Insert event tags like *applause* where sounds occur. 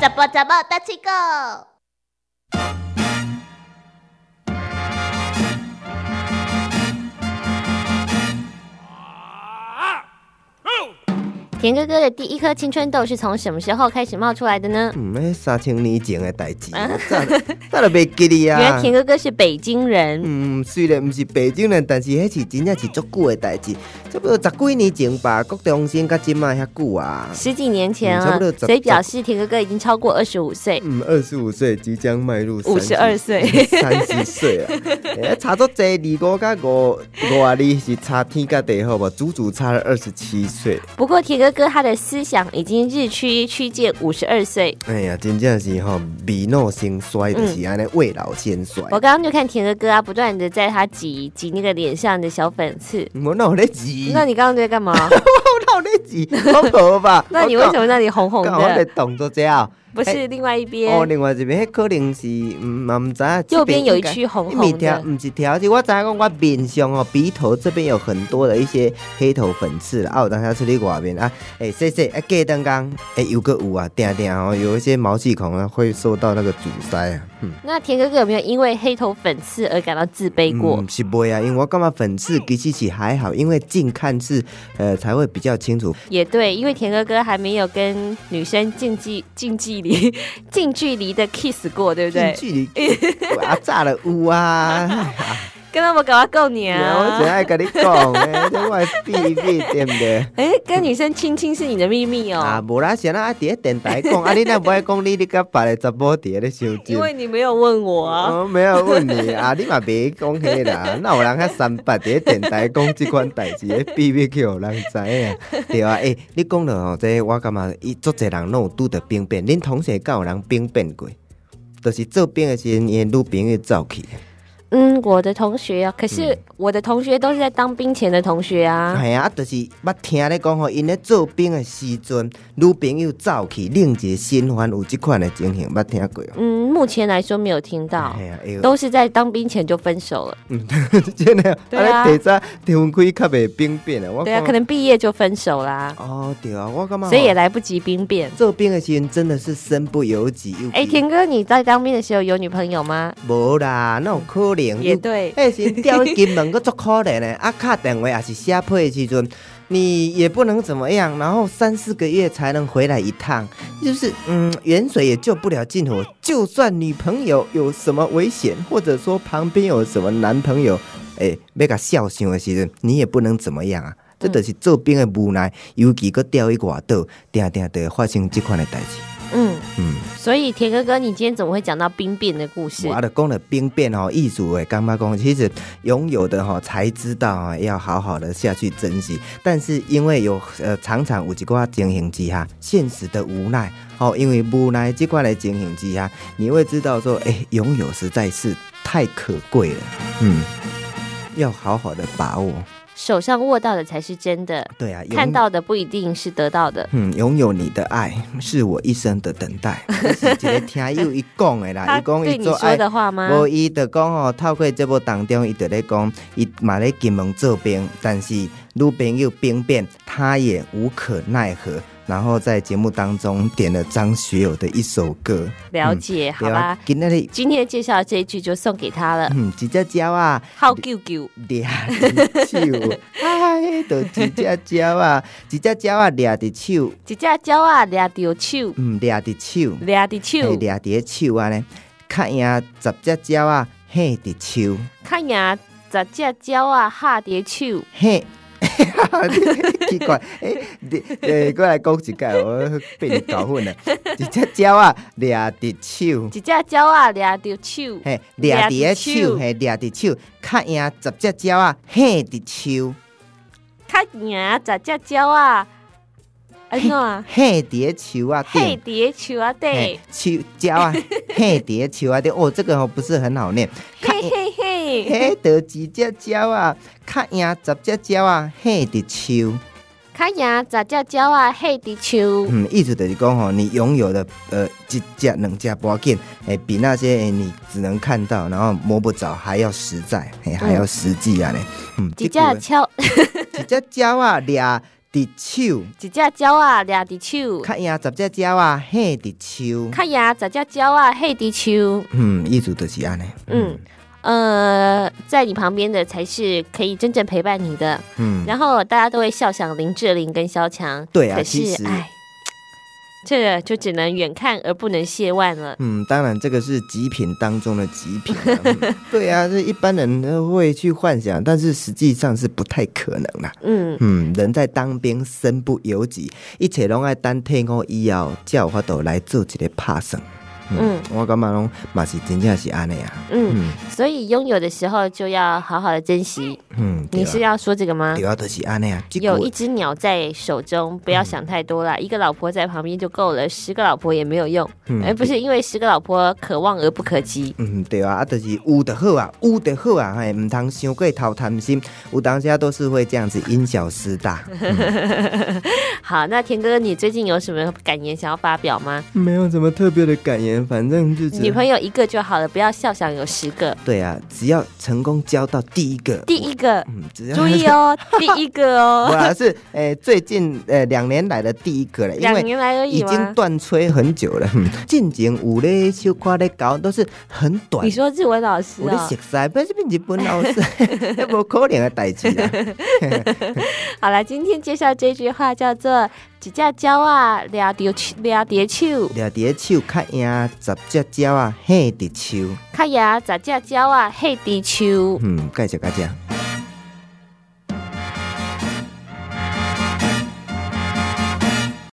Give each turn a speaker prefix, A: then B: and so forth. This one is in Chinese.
A: 怎么怎么大七狗？田哥哥的第一颗青春痘是从什么时候开始冒出来的呢？
B: 嗯，那三千年前的代志， *laughs* 早早就袂记哩
A: 原来
B: 啊。
A: 田哥哥是北京人，
B: 嗯，虽然毋是北京人，但是迄是真正是足久的代志，差不多十几年前吧，国中生甲即卖遐久啊。
A: 十几年前
B: 嗯差
A: 了
B: 不多，
A: 所以表示田哥哥已经超过二十五岁。
B: 嗯，二十五岁即将迈入
A: 52岁
B: 三十岁 *laughs* 啊，哎差足济，二五甲五五啊，你是差天甲地好吧？足足差了二十七岁。
A: 不过田哥哥他的思想已经日趋趋近五十二岁。
B: 哎呀，真正是吼、未老先衰，就是安尼未老先衰。
A: 嗯我刚刚就看田哥哥啊，不断的在他挤挤那个脸上的小粉刺。
B: 嗯我哪有咧急？
A: 那你刚刚在干嘛？
B: *laughs* 我哪有咧急？我无吧
A: *laughs* ？那你为什么那里红红
B: 我讲我
A: 的？
B: 的动作这样？
A: 不是另外一
B: 哦，
A: 边，
B: 另外一边迄可能是嗯，嘛毋知啊。
A: 右边有一
B: 区
A: 区红
B: 面
A: 红
B: 条
A: 的。
B: 毋是条，是我知影讲我面上哦，鼻头这边有很多的一些黑头粉刺啦，啊，有当下出去外面啊，诶、洗洗啊，过灯光诶，又个有啊，定定哦，有一些毛细孔啊会受到那个阻塞啊。嗯
A: 那田哥哥有没有因为黑头粉刺而感到自卑过？
B: 嗯、是袂啊，因为我感觉粉刺其实是还好，因为近看是呃才会比较清楚。
A: 也对，因为田哥哥还没有跟女生近距近距离近距离的 kiss 过，对不对
B: 近？距离哇炸了有
A: *laughs*
B: 啊！
A: 跟他们搞到啊够年
B: 我只
A: *laughs* 啊！
B: 爱跟你讲诶，这我的秘密对不对？
A: 哎，跟女生亲亲是你的秘密
B: 啊，
A: 哦，
B: 无啦，先啦，伫咧电台讲，啊，你若不爱讲，你你甲别个查某伫咧咧相
A: 因
B: 亲。
A: 为你没有问我啊。
B: 我哦没有问你啊，你嘛别讲
A: *laughs*
B: 迄啦，那有人较三八伫咧电台讲即款代志，迄秘密去互人知影，
A: *laughs*
B: 对啊，诶、你讲了吼，这我感觉伊足侪人拢有拄着兵变，恁同学敢有人兵变过？就是做兵的时阵，伊女朋友走去，
A: 嗯，我的同学啊，可是我的同学都是在当兵前的同学啊。
B: 嗯哎呀、啊，就是捌听咧讲吼，因咧做兵的时阵，女朋友走去，另一个新欢有即款的情形，捌听过哦。
A: 嗯，目前来说没有听到，
B: 哎呀，哎呦
A: 都是在当兵前就分手了。
B: *laughs* 真的，
A: 对啊
B: 啊，你提早提分开较袂兵变啊。我
A: 对啊，
B: 讲
A: 可能毕业就分手啦，
B: 哦，对啊，我感觉吼
A: 所以也来不及兵变。
B: 做兵的时阵真的是身不由己。又
A: 哎，田哥，你在当兵的时候有女朋友吗？
B: 无啦，那有可能
A: 也
B: 又
A: 对，
B: 迄时阵调去金门个足可怜的，啊，卡电话也是写批的时阵，你也不能怎么样，然后三四个月才能回来一趟，就是嗯，远水也救不了近火，就算女朋友有什么危险，或者说旁边有什么男朋友，哎、要甲孝想的时阵，你也不能怎么样啊。这就是做兵的无奈，尤其佮调去外岛，定定就会发生这款的代志。
A: 嗯。
B: 嗯。
A: 所以田哥哥，你今天怎么会讲到兵变的故事
B: 我？啊，就讲了兵变吼，艺术诶，干妈讲，其实拥有的吼才知道啊，要好好的下去珍惜。但是因为有呃常常有一寡情形之下，现实的无奈，吼、因为无奈这款的情形之下，你会知道说，诶、拥有实在是太可贵了，嗯，要好好的把握。
A: 手上握到的才是真的，
B: 对啊，拥
A: 看。到的不一定是得到的。
B: 嗯，拥有你的爱是我一生的等
A: *laughs*
B: 待。这是一个听友伊讲的啦，
A: 他
B: 伊讲
A: 对
B: 伊
A: 你
B: 做
A: 说
B: 爱
A: 的话吗？
B: 无，伊就讲吼，透过节目当中，伊就咧讲，伊嘛咧金门做兵，但是女朋友兵变，他也无可奈何。然后在节目当中点了张学友的一首歌，啊
A: 了解，好吧。
B: 今天的
A: 今天介绍的这一句就送给他了，
B: 嗯，一只鸟啊，
A: 好舅舅，
B: 掠
A: *laughs*
B: 伫手，哎，就一只鸟啊，一只鸟啊，掠伫手，
A: 一只鸟啊抓着手，
B: 嗯，掠伫手，
A: 抓着
B: 嘿，
A: 手，
B: 掠伫咧手安尼，较赢十只鸟啊，嘿伫手。
A: 看呀，十只鸟啊下着手，
B: 嘿。 *laughs* 奇怪，诶、你诶，过来讲一解，我被你搞混了。一只鸟啊，掠伫手，
A: 一只鸟啊抓着手，
B: 嘿，掠
A: 抓伫
B: 伫个
A: 手
B: 手，嘿，掠伫手，较赢十只鸟啊，嘿伫手，
A: 看呀，十只鸟啊，安怎啊？
B: *laughs* 嘿伫个手啊
A: 嘿，
B: 顶，
A: 伫树啊底
B: 嘿，，手鸟 *laughs* 啊，嘿伫个手啊顶。哦，这个哦不是很好念。较
A: 嘿嘿嘿，
B: 嘿，得一只鸟啊，较赢十只鸟啊，嘿伫手。
A: 卡呀，杂只鸟啊，黑地球。
B: 嗯，意思就是讲吼，你拥有的呃一只、两只不要紧，哎，比那些哎你只能看到，然后摸不着还要实在，哎，还要实际啊嘞。
A: 一
B: 嗯，
A: 嗯只
B: 这句
A: 鸟， *laughs*
B: 话一只鸟啊抓伫手，
A: 一只鸟啊，抓地球。
B: 较赢十只鸟啊嘿伫手。
A: 卡呀，杂只鸟啊，黑地球。
B: 嗯，意思就是安尼。
A: 嗯，呃，在你旁边的才是可以真正陪伴你的。
B: 嗯，
A: 然后大家都会笑想林志玲跟萧蔷，
B: 对啊
A: 可
B: 其
A: 是
B: 实
A: 哎，这个就只能远看而不能亵玩了。
B: 嗯，当然这个是极品当中的极品、
A: *laughs*
B: 啊嗯对啊，这一般人都会去幻想，但是实际上是不太可能啦。
A: 嗯，
B: 嗯，人在当兵，身不由己，一切拢爱等退伍以后，才有法度来做一个拍算。
A: 嗯，
B: 我感觉拢嘛是真正是安尼啊。
A: 嗯，
B: 嗯
A: 所以拥有的时候就要好好的珍惜。
B: 嗯，对
A: 你
B: 啊
A: 是要说这个吗
B: 对？啊，就是安尼啊。这句
A: 有一只鸟在手中，
B: 嗯
A: 不要想太多啦。一个老婆在旁边就够了，十个老婆也没有用。
B: 嗯
A: 哎，不是因为十个老婆可望而不可及。
B: 嗯，对啊，啊，就是有就好啊，有就好啊，嘿，唔通伤过头贪心，有当下都是会这样子因小失
A: *laughs*
B: 大。
A: 好，那田哥哥，你最近有什么感言想要发表吗？
B: 没有什么特别的感言，反正就
A: 女朋友一个就好了，不要笑想有十个。
B: 对啊，只要成功交到第一个，
A: 第一个，
B: 嗯，只要
A: 注意哦，第一个
B: *laughs* 我
A: 哦，
B: 还是诶、呃最近诶两、年来的第一个
A: *laughs*
B: 了， *laughs* 因
A: 两
B: 为
A: 年来而已
B: 已经
A: 吗？
B: 断吹很久了。嗯进前有咧小可咧搞，都是很短
A: 你。说日文老师
B: 有咧
A: 哦
B: 熟，悉，不是变日本老师， *laughs* 那无可能的代志啊
A: *laughs*
B: 啦。
A: 好了，今天介绍这句话叫做“几架鸟啊，俩蝶俩蝶手，
B: 抓伫手较赢，十只鸟啊，嘿伫手。
A: 卡呀杂架鸟啊，黑地球”。
B: 嗯，介绍到这。